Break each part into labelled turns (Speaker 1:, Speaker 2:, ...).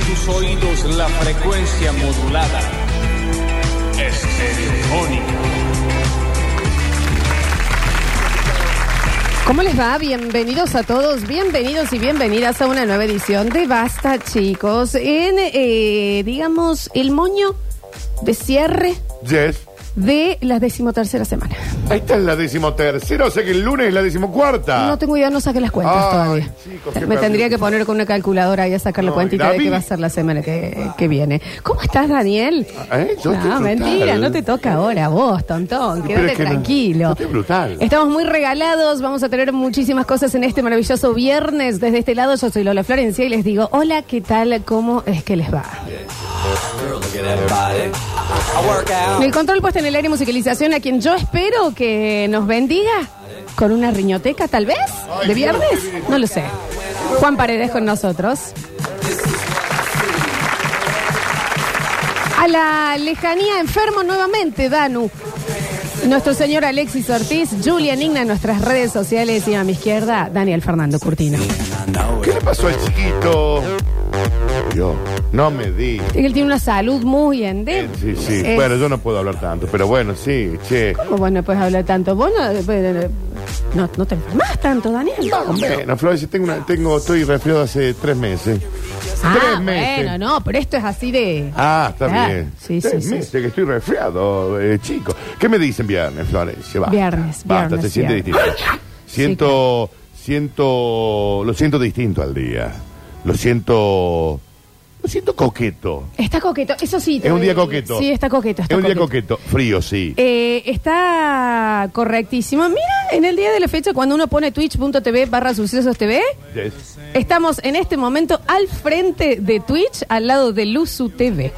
Speaker 1: tus oídos la frecuencia modulada. Estereofónica.
Speaker 2: ¿Cómo les va? Bienvenidos a todos, bienvenidos y bienvenidas a una nueva edición de Basta, chicos. En, eh, digamos, el moño de cierre
Speaker 3: Yes.
Speaker 2: de la decimotercera semana.
Speaker 3: Esta es la decimotercera, o sea que el lunes es la decimocuarta.
Speaker 2: No tengo idea, no saqué las cuentas
Speaker 3: Ay,
Speaker 2: todavía.
Speaker 3: chicos,
Speaker 2: Me
Speaker 3: qué perdido.
Speaker 2: tendría que poner con una calculadora y a sacar la
Speaker 3: No,
Speaker 2: cuentita de qué
Speaker 3: David.
Speaker 2: va a ser la semana que, que viene. ¿Cómo estás, Daniel?
Speaker 3: ¿Eh? Yo estoy
Speaker 2: no,
Speaker 3: brutal.
Speaker 2: mentira, no te toca ahora vos, tontón.
Speaker 3: Pero
Speaker 2: Quédate
Speaker 3: es que no-
Speaker 2: tranquilo.
Speaker 3: yo estoy brutal.
Speaker 2: Estamos muy regalados, vamos a tener muchísimas cosas en este maravilloso viernes. Desde este lado yo soy Lola Florencia y les digo, hola, ¿qué tal? ¿Cómo es que les va? En el control puesto en el aire y musicalización a quien yo espero que nos bendiga con una riñoteca, tal vez, de viernes, no lo sé. Juan Paredes con nosotros. A la lejanía enfermo nuevamente, Danu. Nuestro señor Alexis Ortiz, Julian Igna en nuestras redes sociales y a mi izquierda, Daniel Fernando Curtino.
Speaker 3: ¿Qué le pasó al chiquito? Yo, no me di.
Speaker 2: Es que Él tiene una salud muy endeble.
Speaker 3: Sí, sí. Bueno, yo no puedo hablar tanto, pero bueno, sí, che.
Speaker 2: ¿Cómo vos no puedes hablar tanto? Vos no, eh, no, no te enfermas tanto, Daniel.
Speaker 3: Bueno, Flores, tengo una, tengo, estoy resfriado hace tres meses.
Speaker 2: Ah,
Speaker 3: tres meses.
Speaker 2: bueno, no, pero esto es así de...
Speaker 3: Ah, está
Speaker 2: Claro,
Speaker 3: bien.
Speaker 2: Sí, sí,
Speaker 3: tres
Speaker 2: sí.
Speaker 3: meses que estoy resfriado, eh, chico. ¿Qué me dicen viernes, Florencia? Basta.
Speaker 2: Viernes,
Speaker 3: Basta,
Speaker 2: viernes,
Speaker 3: se siente
Speaker 2: viernes.
Speaker 3: distinto. Siento, siento, lo siento distinto al día. Lo siento, lo siento coqueto.
Speaker 2: Está coqueto, eso sí. te
Speaker 3: Es un
Speaker 2: voy a
Speaker 3: día
Speaker 2: decir.
Speaker 3: coqueto.
Speaker 2: Eh, Sí, está coqueto. está
Speaker 3: es un día coqueto. Frío, sí.
Speaker 2: Eh, está correctísimo. Mira, en el día de la fecha, cuando uno pone twitch.tv barra sucesos TV,
Speaker 3: Yes.
Speaker 2: estamos en este momento al frente de Twitch, al lado de Luzu TV.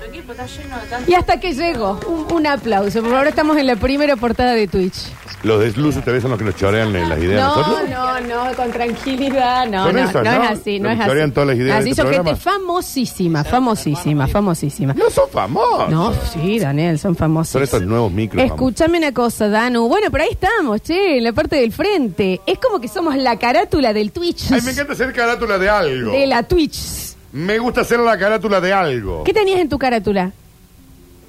Speaker 2: Y hasta que llego, un, un aplauso. Por ahora estamos en la primera portada de Twitch.
Speaker 3: Los deslusos te ves son los que nos chorean en las ideas.
Speaker 2: No,
Speaker 3: nosotros.
Speaker 2: no, no, con tranquilidad. No,
Speaker 3: Son
Speaker 2: no,
Speaker 3: esas,
Speaker 2: no
Speaker 3: ¿no?
Speaker 2: es así, no
Speaker 3: Lo
Speaker 2: es
Speaker 3: que
Speaker 2: así.
Speaker 3: chorean todas las ideas de
Speaker 2: así
Speaker 3: este
Speaker 2: son gente
Speaker 3: programa.
Speaker 2: famosísima, famosísima, famosísima.
Speaker 3: No son famosos.
Speaker 2: No, sí, Daniel, son famosos.
Speaker 3: Son estos nuevos micros.
Speaker 2: Escúchame una cosa, Danu. Bueno, pero ahí estamos, che, en la parte del frente. Es como que somos la carátula del Twitch.
Speaker 3: famosos. Ay, me encanta ser carátula de algo.
Speaker 2: De la Twitch.
Speaker 3: Me gusta ser la carátula de algo.
Speaker 2: ¿Qué tenías en tu carátula?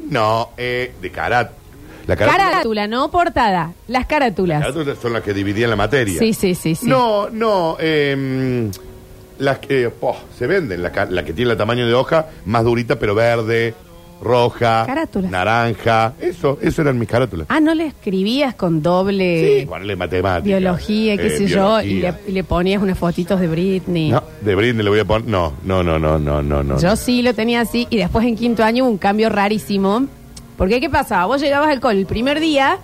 Speaker 3: No, eh, de carátula. La carátula.
Speaker 2: Carátula, no portada. Las
Speaker 3: Las
Speaker 2: carátulas.
Speaker 3: carátulas son las que dividían la materia.
Speaker 2: Sí, sí, sí, sí.
Speaker 3: No, no. eh, las que eh, po, se venden. La, ca- la que tiene el tamaño de hoja, más durita, pero verde, roja,
Speaker 2: Carátulas.
Speaker 3: naranja. Eso, eso eran mis carátulas.
Speaker 2: Ah, ¿no le escribías con
Speaker 3: Sí,
Speaker 2: doble
Speaker 3: ponerle matemática.
Speaker 2: biología, qué
Speaker 3: eh,
Speaker 2: sé yo? Y le,
Speaker 3: biología.
Speaker 2: y le ponías unas fotitos de Britney.
Speaker 3: No, de brinde le voy a poner. No, no, no, no, no, no. no.
Speaker 2: Yo sí lo tenía así y después en quinto año hubo un cambio rarísimo. Porque ¿qué pasaba? Vos llegabas al col el primer día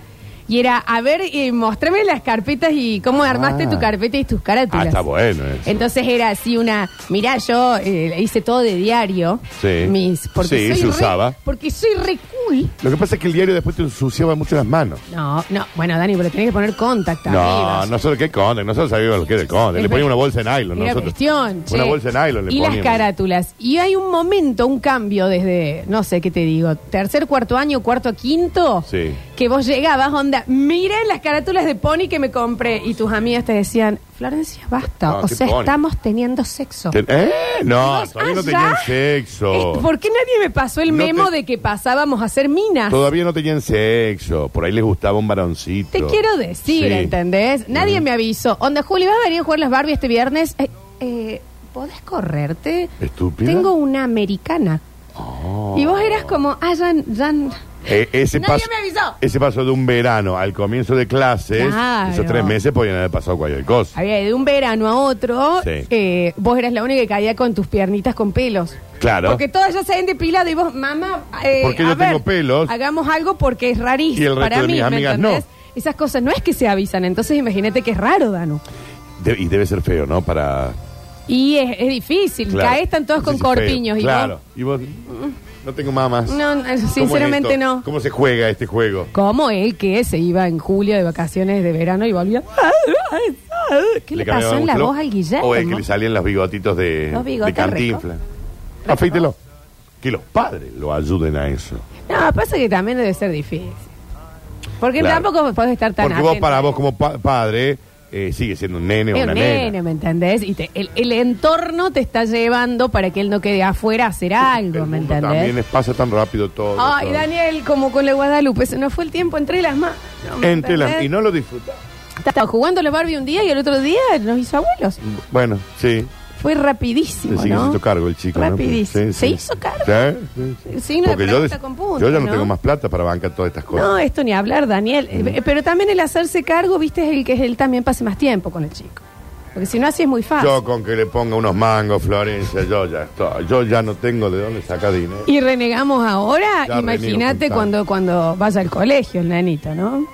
Speaker 2: y era, a ver, eh, mostrame las carpetas y cómo armaste tu carpeta y tus carátulas.
Speaker 3: Ah, está bueno eso.
Speaker 2: Entonces era así una, mirá, yo eh, hice todo de diario.
Speaker 3: Sí.
Speaker 2: Mis, porque
Speaker 3: Sí,
Speaker 2: soy
Speaker 3: se
Speaker 2: re-
Speaker 3: usaba.
Speaker 2: porque soy re cool.
Speaker 3: Lo que pasa es que el diario después te ensuciaba mucho las manos.
Speaker 2: No, no, bueno, Dani, pero tenés que poner contacto
Speaker 3: No,
Speaker 2: arriba.
Speaker 3: nosotros qué conde, nosotros sabíamos lo que era el conde.
Speaker 2: Es
Speaker 3: Le poníamos una
Speaker 2: verdad.
Speaker 3: bolsa de nylon.
Speaker 2: Era
Speaker 3: nosotros.
Speaker 2: cuestión.
Speaker 3: Una
Speaker 2: che.
Speaker 3: bolsa de nylon le
Speaker 2: Y
Speaker 3: poníamos.
Speaker 2: las carátulas. Y hay un momento, un cambio desde, no sé qué te digo, tercer, cuarto año, cuarto, quinto,
Speaker 3: Sí.
Speaker 2: que vos llegabas, onda, miren las carátulas de Pony que me compré. Y tus amigas te decían, Florencia, basta.
Speaker 3: No,
Speaker 2: o
Speaker 3: Ah, ¿qué
Speaker 2: sea,
Speaker 3: Pony?
Speaker 2: estamos teniendo sexo.
Speaker 3: Ten- ¿Eh? No,
Speaker 2: Vos
Speaker 3: todavía no
Speaker 2: allá,
Speaker 3: tenían sexo.
Speaker 2: es- ¿Por qué nadie me pasó el
Speaker 3: No
Speaker 2: memo
Speaker 3: te-
Speaker 2: de que pasábamos a hacer minas?
Speaker 3: Todavía no tenían sexo. Por ahí les gustaba un varoncito.
Speaker 2: Te quiero decir,
Speaker 3: Sí.
Speaker 2: ¿entendés? Nadie me avisó. Onda, Juli, ¿vas a venir a jugar las Barbie este viernes? Eh, eh, ¿Podés correrte?
Speaker 3: Estúpida.
Speaker 2: Tengo una americana.
Speaker 3: Oh.
Speaker 2: Y vos eras como, ah, ya, ya-
Speaker 3: Eh, ese
Speaker 2: Nadie
Speaker 3: paso,
Speaker 2: me avisó.
Speaker 3: Ese paso de un verano al comienzo de clases,
Speaker 2: Claro.
Speaker 3: esos tres meses podían haber pasado cualquier cosa.
Speaker 2: Había de un verano a otro,
Speaker 3: Sí.
Speaker 2: eh, vos eras la única que caía con tus piernitas con pelos.
Speaker 3: Claro.
Speaker 2: Porque todas ya se ven depilado y vos, mamá, eh,
Speaker 3: Porque
Speaker 2: a
Speaker 3: yo
Speaker 2: ver,
Speaker 3: tengo pelos.
Speaker 2: Hagamos algo porque es rarísimo.
Speaker 3: Y el resto
Speaker 2: para
Speaker 3: de
Speaker 2: mí,
Speaker 3: mis
Speaker 2: ¿me
Speaker 3: amigas
Speaker 2: entendés?
Speaker 3: no.
Speaker 2: Esas cosas no es que se avisan, entonces imagínate que es raro, Danu.
Speaker 3: De- y debe ser feo, ¿no? Para.
Speaker 2: Y es, es difícil,
Speaker 3: Claro.
Speaker 2: caes están todos
Speaker 3: Sí,
Speaker 2: con
Speaker 3: sí,
Speaker 2: corpiños
Speaker 3: feo.
Speaker 2: y
Speaker 3: Claro.
Speaker 2: vos-
Speaker 3: Y vos. No tengo mamás.
Speaker 2: No, no,
Speaker 3: ¿Cómo es
Speaker 2: sinceramente
Speaker 3: esto?
Speaker 2: no.
Speaker 3: ¿Cómo se juega este juego?
Speaker 2: Como él que se iba en julio de vacaciones de verano y volvía. ¿Qué le,
Speaker 3: cambiaba
Speaker 2: pasó en la
Speaker 3: mucho?
Speaker 2: voz al Guillermo?
Speaker 3: O el que le salían los bigotitos de,
Speaker 2: Los bigotes
Speaker 3: de cantinfla. Afeítelo. Que los padres lo ayuden a eso.
Speaker 2: No, pasa que también debe ser difícil. Porque
Speaker 3: Claro.
Speaker 2: tampoco podés estar tan
Speaker 3: Porque vos
Speaker 2: atento.
Speaker 3: para vos como pa- padre eh, sigue siendo un nene o
Speaker 2: Es
Speaker 3: una
Speaker 2: un nene,
Speaker 3: nena.
Speaker 2: ¿me entendés? Y te- el, el entorno te está llevando para que él no quede afuera a hacer algo,
Speaker 3: El
Speaker 2: ¿me
Speaker 3: mundo también
Speaker 2: entendés?
Speaker 3: es- pasa tan rápido todo.
Speaker 2: Ay,
Speaker 3: todo.
Speaker 2: Daniel, como con la Guadalupe, se nos fue el tiempo entre las manos. ¿me
Speaker 3: Entre las-
Speaker 2: entendés?
Speaker 3: y no lo disfruta.
Speaker 2: Estaba jugando la Barbie un día y el otro día nos hizo abuelos.
Speaker 3: Bueno, sí.
Speaker 2: Fue
Speaker 3: Se
Speaker 2: rapidísimo,
Speaker 3: sigue
Speaker 2: ¿no?
Speaker 3: haciendo cargo el chico. ¿no?
Speaker 2: Rapidísimo.
Speaker 3: Sí,
Speaker 2: Se
Speaker 3: sí.
Speaker 2: hizo cargo.
Speaker 3: Sí, sí, sí.
Speaker 2: El signo de
Speaker 3: Porque
Speaker 2: pregunta
Speaker 3: des-
Speaker 2: con punto,
Speaker 3: yo ya no
Speaker 2: ¿no?
Speaker 3: tengo más plata para bancar todas estas cosas. Mm.
Speaker 2: No, esto ni hablar, Daniel. Eh, eh, Pero también el hacerse cargo, viste, es el que él también pase más tiempo con el chico. Porque si no, así es muy fácil.
Speaker 3: Yo con que le ponga unos mangos, Florencia, yo ya estoy. Yo ya no tengo de dónde sacar dinero.
Speaker 2: Y renegamos ahora,
Speaker 3: Ya
Speaker 2: imagínate
Speaker 3: renego con
Speaker 2: cuando, cuando vaya al colegio el nanito, ¿no?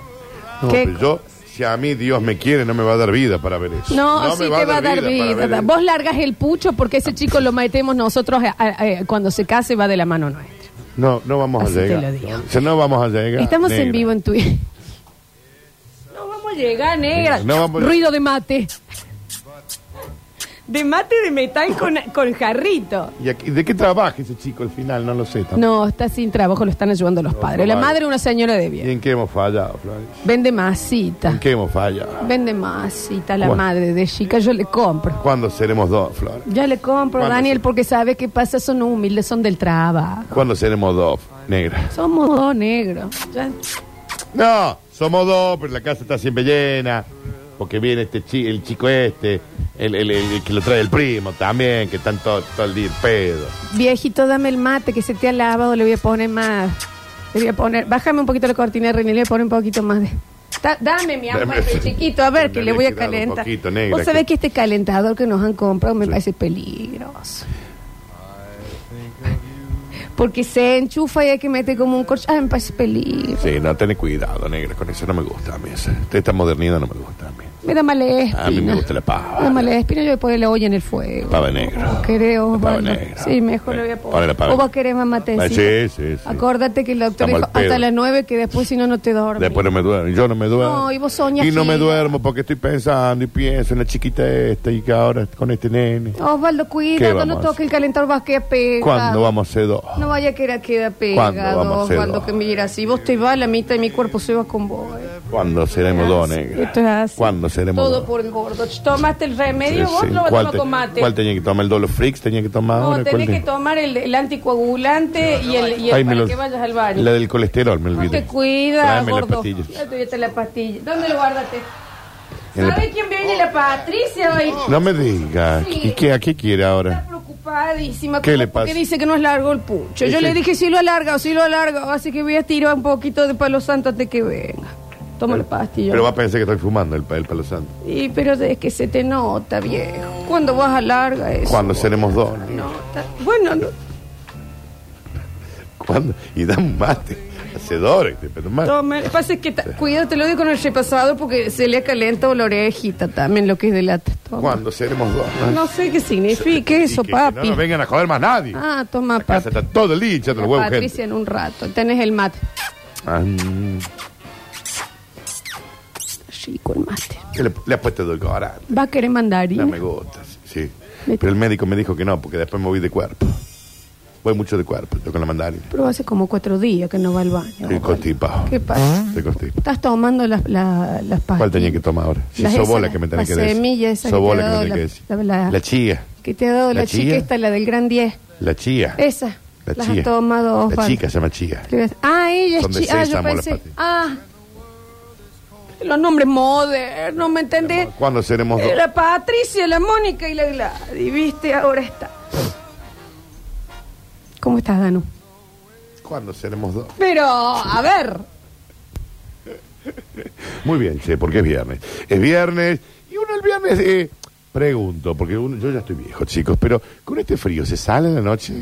Speaker 3: No,
Speaker 2: ¿Qué
Speaker 3: pero yo, si a mí Dios me quiere, no me va a dar vida para ver eso.
Speaker 2: No, sí te va a dar vida.
Speaker 3: para ver eso.
Speaker 2: Vos largas el pucho porque ese chico lo metemos nosotros a- a- a- cuando se case va de la mano nuestra.
Speaker 3: No, no vamos
Speaker 2: Así
Speaker 3: a
Speaker 2: te
Speaker 3: llegar.
Speaker 2: lo digo.
Speaker 3: O sea, no vamos a llegar.
Speaker 2: Estamos en
Speaker 3: negra.
Speaker 2: vivo en Twitter. No vamos a llegar, negra.
Speaker 3: No vamos a-
Speaker 2: Ruido de mate. De mate de metal con, con jarrito.
Speaker 3: ¿Y aquí- de qué trabaja ese chico al final? No lo sé. tampoco.
Speaker 2: No, está sin trabajo, lo están ayudando los padres. La
Speaker 3: Ah. vale.
Speaker 2: madre es una señora de
Speaker 3: ¿Y
Speaker 2: bien.
Speaker 3: en qué hemos fallado, Florencia?
Speaker 2: Vende
Speaker 3: ¿En
Speaker 2: masita.
Speaker 3: qué hemos fallado?
Speaker 2: Vende masita la
Speaker 3: Bueno.
Speaker 2: madre de chica, yo le compro.
Speaker 3: ¿Cuándo seremos dos, Florencia?
Speaker 2: Yo le compro,
Speaker 3: ¿Cuándo
Speaker 2: Daniel,
Speaker 3: se-
Speaker 2: porque sabe qué pasa, son humildes, son del trabajo.
Speaker 3: ¿Cuándo seremos dos, negra?
Speaker 2: Somos dos negros. Ya-
Speaker 3: No, somos dos, pero la casa está siempre llena. Porque viene este chi- el chico este, el, el- el- el que lo trae el primo también, que están todo, todo el día en pedo.
Speaker 2: Viejito, dame el mate que se te ha lavado, le voy a poner más. Le voy a poner. Bájame un poquito la cortina, René, le voy a poner un poquito más de. Ta- dame, mi amor,
Speaker 3: Dame ese-
Speaker 2: chiquito, a ver, que
Speaker 3: Dame
Speaker 2: le voy a
Speaker 3: ese dado un
Speaker 2: calentar.
Speaker 3: poquito, negra,
Speaker 2: Vos sabés que...
Speaker 3: que-
Speaker 2: este calentador que nos han comprado me parece peligroso. Porque se enchufa y hay que meter como un corcho. Ah, me parece peligro.
Speaker 3: Sí, no, tenés cuidado, negra, con eso no me gusta a mí. esa- Esta modernidad no me gusta a mí.
Speaker 2: Me da mala espina.
Speaker 3: A mí me gusta la
Speaker 2: Me da
Speaker 3: pava.
Speaker 2: mala espina, yo voy a poner la olla en el fuego.
Speaker 3: Pava negra.
Speaker 2: Creo.
Speaker 3: La pava
Speaker 2: Osvaldo.
Speaker 3: negra.
Speaker 2: Sí, mejor
Speaker 3: Sí.
Speaker 2: le voy a poner.
Speaker 3: Ponle la pava.
Speaker 2: O vos querés más matecito.
Speaker 3: Ah, sí, sí, sí.
Speaker 2: Acordate que el doctor
Speaker 3: Estamos
Speaker 2: dijo
Speaker 3: al pedo.
Speaker 2: hasta las 9 que después si no, no te duermes.
Speaker 3: Después no me duermo, yo no me duermo.
Speaker 2: No, y vos soñás
Speaker 3: Y no me
Speaker 2: que-
Speaker 3: duermo porque estoy pensando y pienso en la chiquita esta y que ahora con este nene.
Speaker 2: Osvaldo,
Speaker 3: ¿Qué
Speaker 2: cuidado,
Speaker 3: vamos
Speaker 2: no
Speaker 3: a hacer?
Speaker 2: toque el calentador, vas a quedar pegado.
Speaker 3: ¿Cuándo vamos a ser dos?
Speaker 2: No vaya a quedar, queda
Speaker 3: ¿Cuándo vamos
Speaker 2: pegado,
Speaker 3: a hacer
Speaker 2: Osvaldo,
Speaker 3: dos?
Speaker 2: que mira, si vos te vas, la mitad de mi cuerpo se va con vos. eh.
Speaker 3: ¿Cuándo seremos dos, negra?
Speaker 2: Esto es así.
Speaker 3: ¿Cuándo seremos
Speaker 2: Todo
Speaker 3: dos?
Speaker 2: por gordo. Tomaste el remedio,
Speaker 3: Sí,
Speaker 2: vos
Speaker 3: sí.
Speaker 2: lo vas a
Speaker 3: ¿Cuál
Speaker 2: tomar
Speaker 3: te-
Speaker 2: con mate.
Speaker 3: ¿Cuál tenía que tomar? ¿El Dolo Freaks tenía que tomar
Speaker 2: No,
Speaker 3: ahora?
Speaker 2: tenés
Speaker 3: ¿Cuál
Speaker 2: que
Speaker 3: te-
Speaker 2: tomar el, el anticoagulante y el, y el
Speaker 3: Ay, me
Speaker 2: para
Speaker 3: lo-
Speaker 2: que vayas al baño.
Speaker 3: La del colesterol, me olvidé.
Speaker 2: No te cuidas,
Speaker 3: Tráeme las
Speaker 2: gordo.
Speaker 3: pastillas.
Speaker 2: Ya te voy a traer la pastilla. ¿Dónde lo guardaste?
Speaker 3: En la-
Speaker 2: ¿Sabes quién viene? La Patricia hoy.
Speaker 3: No me digas.
Speaker 2: Sí.
Speaker 3: ¿Y qué, a qué quiere
Speaker 2: Está
Speaker 3: ahora?
Speaker 2: preocupadísima.
Speaker 3: ¿Qué
Speaker 2: ¿Cómo?
Speaker 3: le pasa?
Speaker 2: Porque dice que no es largo el pucho.
Speaker 3: ¿Y
Speaker 2: Yo
Speaker 3: qué?
Speaker 2: le dije, si lo alarga, si lo alarga. Así que voy a tirar un poquito de palo santo antes que venga. Toma la pastilla.
Speaker 3: Pero va a pensar que estoy fumando el, pa- el palo santo.
Speaker 2: Y, pero es que se te nota, viejo. ¿Cuándo vas a larga eso?
Speaker 3: ¿Cuándo seremos dos? negra?
Speaker 2: No, está- bueno, no.
Speaker 3: ¿Cuándo? Y dan mate. Hacedores, pero mate.
Speaker 2: Toma, lo que pasa es que ta- cuidado, te lo digo con el repasado porque se le ha calentado la orejita también, lo que es de lata. Toma.
Speaker 3: ¿Cuándo seremos dos?
Speaker 2: No sé qué significa
Speaker 3: Y
Speaker 2: eso,
Speaker 3: que- que
Speaker 2: papi.
Speaker 3: No nos vengan a joder más nadie.
Speaker 2: Ah, toma,
Speaker 3: La casa
Speaker 2: papi.
Speaker 3: está todo el día echando
Speaker 2: La
Speaker 3: los huevos,
Speaker 2: Patricia
Speaker 3: gente.
Speaker 2: en un rato. Tenés el mate.
Speaker 3: Ah, mm.
Speaker 2: Chico, el mate.
Speaker 3: ¿Qué le, le has puesto edulcorante?
Speaker 2: ¿Va a querer mandarina?
Speaker 3: No me gusta, sí. Pero el médico me dijo que no, porque después me voy de cuerpo. Voy mucho de cuerpo, yo con la mandarina.
Speaker 2: Pero hace como cuatro días que no va al baño.
Speaker 3: Estoy constipado.
Speaker 2: ¿Qué pasa?
Speaker 3: Estoy constipado.
Speaker 2: Estás tomando las, la- las pastas.
Speaker 3: ¿Cuál tenía que tomar ahora? Si
Speaker 2: Las
Speaker 3: sos vos
Speaker 2: esas,
Speaker 3: la que me tenés
Speaker 2: la
Speaker 3: que decir.
Speaker 2: semilla esa
Speaker 3: Sos
Speaker 2: que te
Speaker 3: vos la que
Speaker 2: ha
Speaker 3: me
Speaker 2: dado
Speaker 3: tenés
Speaker 2: la-
Speaker 3: que decir.
Speaker 2: la- la-
Speaker 3: La chía.
Speaker 2: Que te ha dado la,
Speaker 3: ¿La chía?
Speaker 2: chica esta, la del gran 10.
Speaker 3: La chía.
Speaker 2: Esa.
Speaker 3: La
Speaker 2: las
Speaker 3: chía.
Speaker 2: has tomado,
Speaker 3: La
Speaker 2: Osvaldo.
Speaker 3: chica se llama chía.
Speaker 2: Ah, ella es
Speaker 3: Son de
Speaker 2: chica. Ah, yo
Speaker 3: sésamo las
Speaker 2: pensé.
Speaker 3: pastillas.
Speaker 2: Ah. Los nombres modernos, ¿me entendés?
Speaker 3: Ah, ¿Cuándo seremos dos?
Speaker 2: Eh, La Patricia, la Mónica y la Gladys, ¿viste? Ahora está. ¿Cómo estás, Danu?
Speaker 3: ¿Cuándo seremos dos?
Speaker 2: Pero, a ver.
Speaker 3: Muy bien, che, porque es viernes. Es viernes. Y uno el viernes, eh, pregunto, porque uno- yo ya estoy viejo, chicos, pero con este frío, ¿se sale en la noche?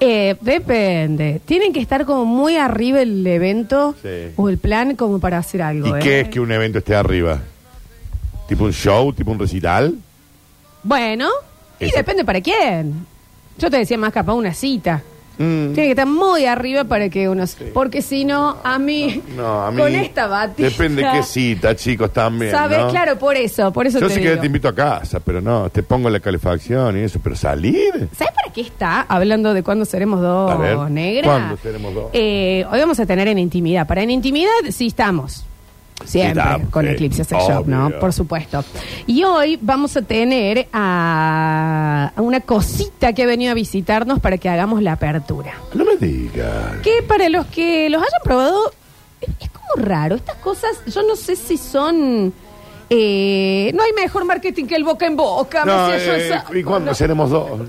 Speaker 2: Eh, depende. Tienen que estar como muy arriba el evento
Speaker 3: Sí.
Speaker 2: o el plan como para hacer algo.
Speaker 3: ¿Y
Speaker 2: ¿eh?
Speaker 3: qué es que un evento esté arriba? ¿Tipo un show? ¿Tipo un recital?
Speaker 2: Bueno, y
Speaker 3: Eso.
Speaker 2: depende para quién. Yo te decía más capaz una cita.
Speaker 3: Mm.
Speaker 2: Tiene que estar muy arriba para que unos... Porque si no, a mí...
Speaker 3: No, a mí.
Speaker 2: Con esta batida...
Speaker 3: Depende qué cita, chicos, también.
Speaker 2: ¿Sabes?
Speaker 3: ¿no?
Speaker 2: Claro, por eso, por eso
Speaker 3: Yo
Speaker 2: te
Speaker 3: sé que
Speaker 2: digo.
Speaker 3: te invito a casa, pero no, te pongo la calefacción y eso, pero salir.
Speaker 2: ¿Sabes para qué está hablando de cuándo seremos dos,
Speaker 3: A ver,
Speaker 2: negra?
Speaker 3: ¿cuándo seremos dos?
Speaker 2: Eh, hoy vamos a tener en intimidad. Para en intimidad sí estamos. Siempre,
Speaker 3: Está,
Speaker 2: con
Speaker 3: eh,
Speaker 2: Eclipse Sex Shop, ¿no?
Speaker 3: obvio.
Speaker 2: Por supuesto. Y hoy vamos a tener a, a una cosita que ha venido a visitarnos para que hagamos la apertura.
Speaker 3: No me digas.
Speaker 2: Que para los que los hayan probado, es, es como raro. Estas cosas, yo no sé si son... eh, no hay mejor marketing que el boca en boca.
Speaker 3: No,
Speaker 2: me decía yo
Speaker 3: eh,
Speaker 2: esa-
Speaker 3: ¿Y cuándo
Speaker 2: no.
Speaker 3: seremos dos?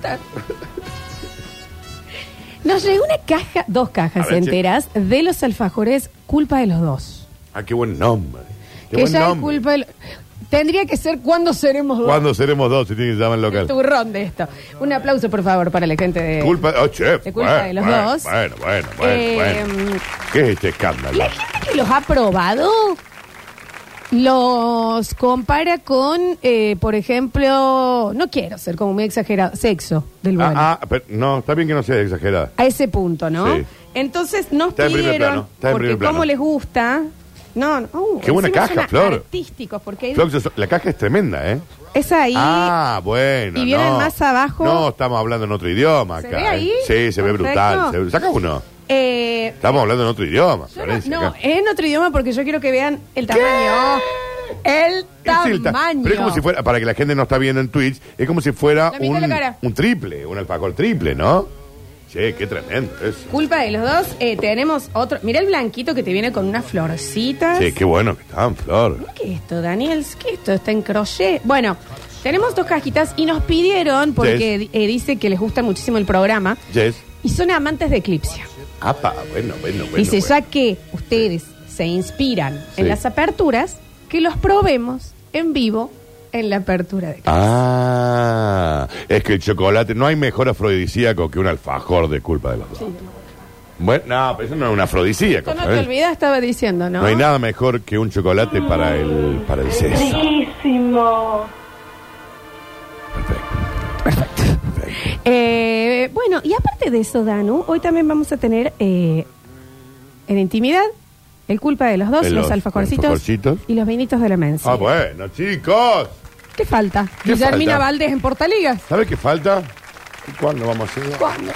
Speaker 2: Nos llegó una caja, dos cajas
Speaker 3: A ver,
Speaker 2: enteras de los alfajores, culpa de los dos.
Speaker 3: Ah, qué buen nombre. Qué
Speaker 2: que
Speaker 3: buen
Speaker 2: ya es
Speaker 3: nombre.
Speaker 2: culpa de lo- Tendría que ser cuando seremos dos.
Speaker 3: ¿Cuándo seremos dos? Si tiene que llamar al
Speaker 2: El
Speaker 3: local.
Speaker 2: turrón de esto. Un aplauso, por favor, para la gente de.
Speaker 3: Culpa, oh, chef.
Speaker 2: de culpa
Speaker 3: bueno,
Speaker 2: de los
Speaker 3: bueno,
Speaker 2: dos.
Speaker 3: Bueno, bueno, bueno,
Speaker 2: Eh,
Speaker 3: bueno. ¿Qué es este escándalo?
Speaker 2: La gente que los ha probado los compara con, eh, por ejemplo, no quiero ser como muy exagerado, sexo del bueno.
Speaker 3: Ah, ah, pero no, está bien que no sea exagerada.
Speaker 2: A ese punto, ¿no?
Speaker 3: Sí.
Speaker 2: Entonces nos
Speaker 3: Está en primer
Speaker 2: pidieron,
Speaker 3: plano, está en
Speaker 2: porque
Speaker 3: primer plano.
Speaker 2: como les gusta. No, no. uh,
Speaker 3: Qué buena
Speaker 2: encima
Speaker 3: caja,
Speaker 2: suena
Speaker 3: Flor.
Speaker 2: Artísticos, porque hay-
Speaker 3: Flox, la caja es tremenda, ¿eh?
Speaker 2: es ahí.
Speaker 3: ah, bueno.
Speaker 2: y vienen
Speaker 3: no.
Speaker 2: más abajo.
Speaker 3: No, estamos hablando en otro idioma
Speaker 2: ¿Se
Speaker 3: acá.
Speaker 2: ve
Speaker 3: ¿eh?
Speaker 2: ahí?
Speaker 3: Sí, se ve
Speaker 2: Perfecto.
Speaker 3: brutal. se ve- Saca uno.
Speaker 2: eh,
Speaker 3: Estamos hablando en otro idioma,
Speaker 2: Yo
Speaker 3: Florencia,
Speaker 2: no, no,
Speaker 3: acá.
Speaker 2: es en otro idioma porque yo quiero que vean el tamaño. El
Speaker 3: Es el ta-
Speaker 2: tamaño.
Speaker 3: Pero es como si fuera, para que la gente no está viendo en Twitch, es como si fuera
Speaker 2: La mitad de la
Speaker 3: un,
Speaker 2: cara.
Speaker 3: un triple, un alfajor triple, ¿no? Che, qué tremendo eso.
Speaker 2: Culpa de los dos, eh, tenemos otro. Mira el blanquito que te viene con unas florcitas.
Speaker 3: Che, qué bueno que están, Flor.
Speaker 2: ¿Qué es esto, Daniel? ¿Qué es esto? Está en crochet. Bueno, tenemos dos cajitas y nos pidieron, porque di- eh, dice que les gusta muchísimo el programa,
Speaker 3: Yes.
Speaker 2: y son amantes de Eclipse.
Speaker 3: Apa, bueno, bueno, bueno.
Speaker 2: Dice,
Speaker 3: bueno.
Speaker 2: ya que ustedes se inspiran en
Speaker 3: Sí.
Speaker 2: las aperturas, que los probemos en vivo en la apertura de Eclipse.
Speaker 3: Ah, es que el chocolate, no hay mejor afrodisíaco que un alfajor de culpa de los dos. Bueno, no, pero eso no es un afrodisíaco.
Speaker 2: Yo no te
Speaker 3: Florencia.
Speaker 2: olvidas, estaba diciendo, ¿no?
Speaker 3: No hay nada mejor que un chocolate para el, para el sexo.
Speaker 4: Riquísimo.
Speaker 3: Perfecto.
Speaker 2: Perfecto. Eh, bueno, y aparte de eso, Danu, hoy también vamos a tener eh, en intimidad el culpa de los dos,
Speaker 3: De
Speaker 2: los,
Speaker 3: los
Speaker 2: alfajorcitos
Speaker 3: alfajorcitos.
Speaker 2: y los vinitos de la mensa.
Speaker 3: Ah, bueno, chicos.
Speaker 2: ¿Qué falta?
Speaker 3: ¿Qué
Speaker 2: Guillermina
Speaker 3: falta?
Speaker 2: Valdés en Portaligas.
Speaker 3: ¿Sabes qué falta? ¿Y cuándo vamos a hacer?
Speaker 2: ¿Cuándo?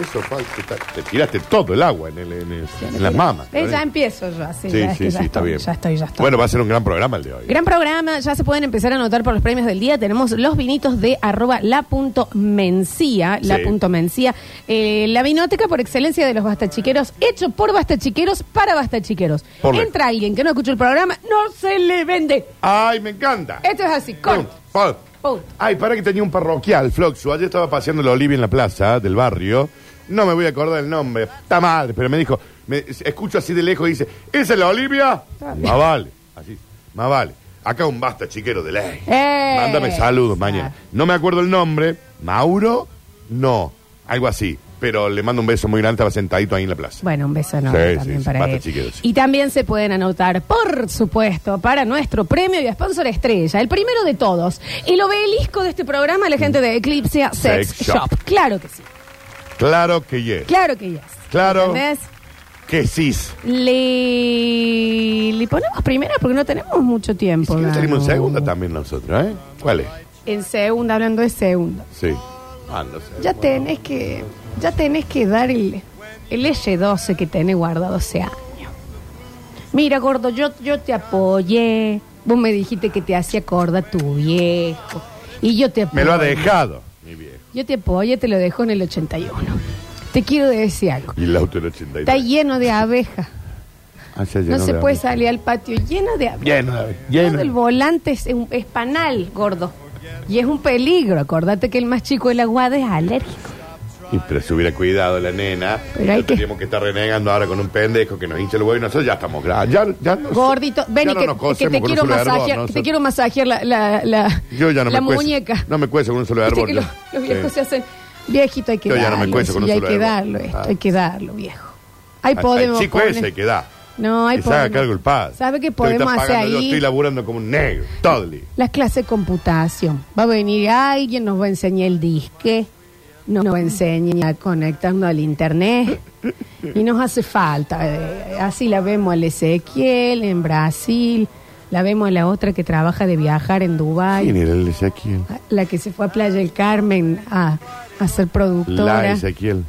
Speaker 3: Eso falta. Te, te tiraste todo el agua en, el- en el- en las mamas.
Speaker 2: Eh, ya
Speaker 3: Florencia.
Speaker 2: empiezo yo, así.
Speaker 3: Sí,
Speaker 2: ya, es que
Speaker 3: sí,
Speaker 2: ya
Speaker 3: sí, está
Speaker 2: estoy,
Speaker 3: bien.
Speaker 2: Ya estoy, ya estoy.
Speaker 3: Bueno, va a ser un gran programa el de hoy. ¿eh?
Speaker 2: Gran programa, ya se pueden empezar a anotar por los premios del día. Tenemos los vinitos de arroba la punto mencía, la
Speaker 3: Sí.
Speaker 2: punto mencía. Eh, la vinoteca por excelencia de los bastachiqueros, hecho por bastachiqueros para bastachiqueros.
Speaker 3: Por ley.
Speaker 2: Entra alguien que no escuchó el programa, no se le vende.
Speaker 3: ¡Ay, me encanta!
Speaker 2: Esto Este es así,
Speaker 3: Pum,
Speaker 2: corto.
Speaker 3: pum.
Speaker 2: Pum.
Speaker 3: Ay, para que tenía un parroquial, Floxu. Ayer estaba paseando la Olivia en la plaza del barrio. No me voy a acordar el nombre. Está mal, pero me dijo, me, escucho así de lejos y dice, ¿esa es la Olivia? Más vale, así, más vale. Acá un basta chiquero de ley.
Speaker 2: Eh,
Speaker 3: Mándame saludos mañana. No me acuerdo el nombre, Mauro, no, algo así. Pero le mando un beso muy grande, estaba sentadito ahí en la plaza.
Speaker 2: Bueno, un beso enorme
Speaker 3: Sí,
Speaker 2: también
Speaker 3: sí, sí,
Speaker 2: para él.
Speaker 3: bastachiqueros.
Speaker 2: Y también se pueden anotar, por supuesto, para nuestro premio y sponsor estrella, el primero de todos, el obelisco de este programa, la gente de Eclipse Sex,
Speaker 3: Sex
Speaker 2: Shop.
Speaker 3: Shop.
Speaker 2: Claro que sí,
Speaker 3: Claro que yes.
Speaker 2: claro que yes.
Speaker 3: Claro
Speaker 2: ¿Entendés?
Speaker 3: que sí.
Speaker 2: Le... le ponemos primera porque no tenemos mucho tiempo.
Speaker 3: Si no salimos en
Speaker 2: Danu.
Speaker 3: segunda también nosotros, ¿eh? ¿Cuál es?
Speaker 2: En segunda, hablando de segunda.
Speaker 3: Sí. Ah, no sé.
Speaker 2: Ya tenés que, ya tenés que dar el, el S12 que tenés guardado hace años. Mira, gordo, yo, yo te apoyé. Vos me dijiste que te hacía corda tu viejo. Y yo te
Speaker 3: Me lo ha
Speaker 2: apoyé.
Speaker 3: dejado, mi viejo.
Speaker 2: Yo te apoyé, te lo dejo en el 81. Te quiero decir algo.
Speaker 3: Y Ah, el auto del 82.
Speaker 2: Está lleno de abejas. No se puede salir al patio lleno de abejas.
Speaker 3: Lleno de abejas.
Speaker 2: Todo
Speaker 3: Lleno.
Speaker 2: el volante es, un, es panal, gordo. Y es un peligro. Acordate que el más chico de la guada es alérgico.
Speaker 3: Y, pero si hubiera cuidado la nena,
Speaker 2: Pero hay
Speaker 3: no
Speaker 2: que-
Speaker 3: teníamos que estar renegando ahora con un pendejo que nos hincha el huevo y nosotros ya estamos grandes. Ya, ya no-
Speaker 2: Gordito, ven
Speaker 3: ya
Speaker 2: y
Speaker 3: no
Speaker 2: que,
Speaker 3: nos
Speaker 2: que
Speaker 3: cosemos
Speaker 2: te,
Speaker 3: con un
Speaker 2: quiero
Speaker 3: solo hervor,
Speaker 2: masajear, que te
Speaker 3: nosotros.
Speaker 2: quiero masajear la, la, la-
Speaker 3: Yo ya no
Speaker 2: la
Speaker 3: me cuece.
Speaker 2: muñeca.
Speaker 3: No me cuece con un solo
Speaker 2: Viste
Speaker 3: árbol.
Speaker 2: que los, los viejos se hacen. Viejito, hay que
Speaker 3: Yo ya no
Speaker 2: darlo.
Speaker 3: me cuezo con
Speaker 2: sí,
Speaker 3: un
Speaker 2: hay
Speaker 3: solo
Speaker 2: que
Speaker 3: árbol.
Speaker 2: darlo esto,
Speaker 3: Ah.
Speaker 2: hay que darlo, viejo. Ahí podemos.
Speaker 3: El chico
Speaker 2: poner-
Speaker 3: ese que da.
Speaker 2: No, ahí
Speaker 3: que se haga
Speaker 2: podemos.
Speaker 3: cargo el padre.
Speaker 2: ¿Sabe qué
Speaker 3: Estoy
Speaker 2: podemos hacer
Speaker 3: pagando, Yo
Speaker 2: ahí?
Speaker 3: estoy laburando como un negro. Toddy.
Speaker 2: Las clases de computación. Va a venir alguien, nos va a enseñar el disque, nos va a enseñar conectando al internet. Y nos hace falta. eh, así la vemos al Ezequiel en Brasil, la vemos a la otra que trabaja de viajar en
Speaker 3: ¿Quién
Speaker 2: Dubái,
Speaker 3: era el Ezequiel?
Speaker 2: la que se fue a Playa del Carmen a, a ser productora.
Speaker 3: La Ezequiel.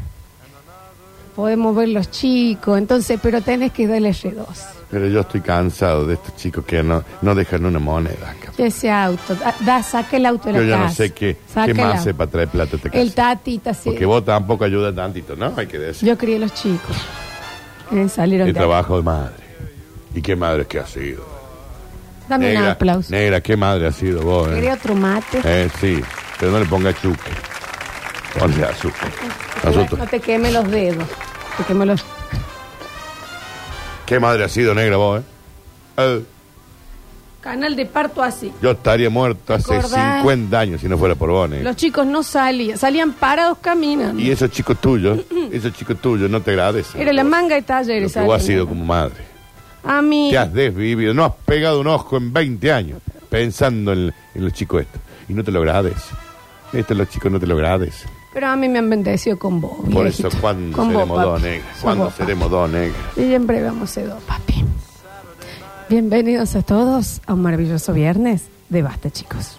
Speaker 2: podemos ver los chicos, entonces, pero tenés que darle R2.
Speaker 3: Pero yo estoy cansado de estos chicos que no, no dejan una moneda. acá.
Speaker 2: De ese auto, da, da- saca el auto de la
Speaker 3: Yo ya no
Speaker 2: casa.
Speaker 3: sé qué,
Speaker 2: Saca
Speaker 3: qué
Speaker 2: el
Speaker 3: más
Speaker 2: auto.
Speaker 3: hace para traer plata a esta
Speaker 2: El
Speaker 3: casa.
Speaker 2: tatita, sí.
Speaker 3: Porque vos tampoco ayudas tantito, ¿no? Hay que decir.
Speaker 2: Yo crié los chicos. Eh, salieron
Speaker 3: El
Speaker 2: de ahí.
Speaker 3: trabajo de madre. ¿Y qué madre que ha sido?
Speaker 2: Dame un
Speaker 3: negra,
Speaker 2: aplauso.
Speaker 3: negra, ¿qué madre ha sido vos? eh?
Speaker 2: Quería otro mate.
Speaker 3: Eh, sí, pero no le ponga azúcar. Ponle azúcar. Nosotros.
Speaker 2: No te queme los dedos. Te queme los...
Speaker 3: ¿Qué madre ha sido negra vos, eh? Eh,
Speaker 2: Canal de parto así.
Speaker 3: yo estaría muerto hace
Speaker 2: Acordá.
Speaker 3: 50 años si no fuera por vos, negra.
Speaker 2: Los chicos no salían, salían parados caminando.
Speaker 3: Y esos chicos tuyos, esos chicos tuyos no te agradecen.
Speaker 2: Era la
Speaker 3: Vos,
Speaker 2: manga de
Speaker 3: Lo
Speaker 2: talleres.
Speaker 3: que vos has
Speaker 2: salían.
Speaker 3: sido como madre.
Speaker 2: A mí,
Speaker 3: Te has desvivido, no has pegado un ojo en 20 años pensando en, en los chicos estos. Y no te lo agradecen. Estos los chicos no te lo agradecen.
Speaker 2: pero a mí me han bendecido con vos.
Speaker 3: Por
Speaker 2: viejito.
Speaker 3: eso, ¿cuándo
Speaker 2: Con vos,
Speaker 3: seremos dos
Speaker 2: papi.
Speaker 3: negras?
Speaker 2: Con
Speaker 3: ¿Cuándo
Speaker 2: vos, papi.
Speaker 3: seremos dos negras?
Speaker 2: Y siempre vamos a ser dos, papi. Bienvenidos a todos a un maravilloso viernes de Basta, chicos.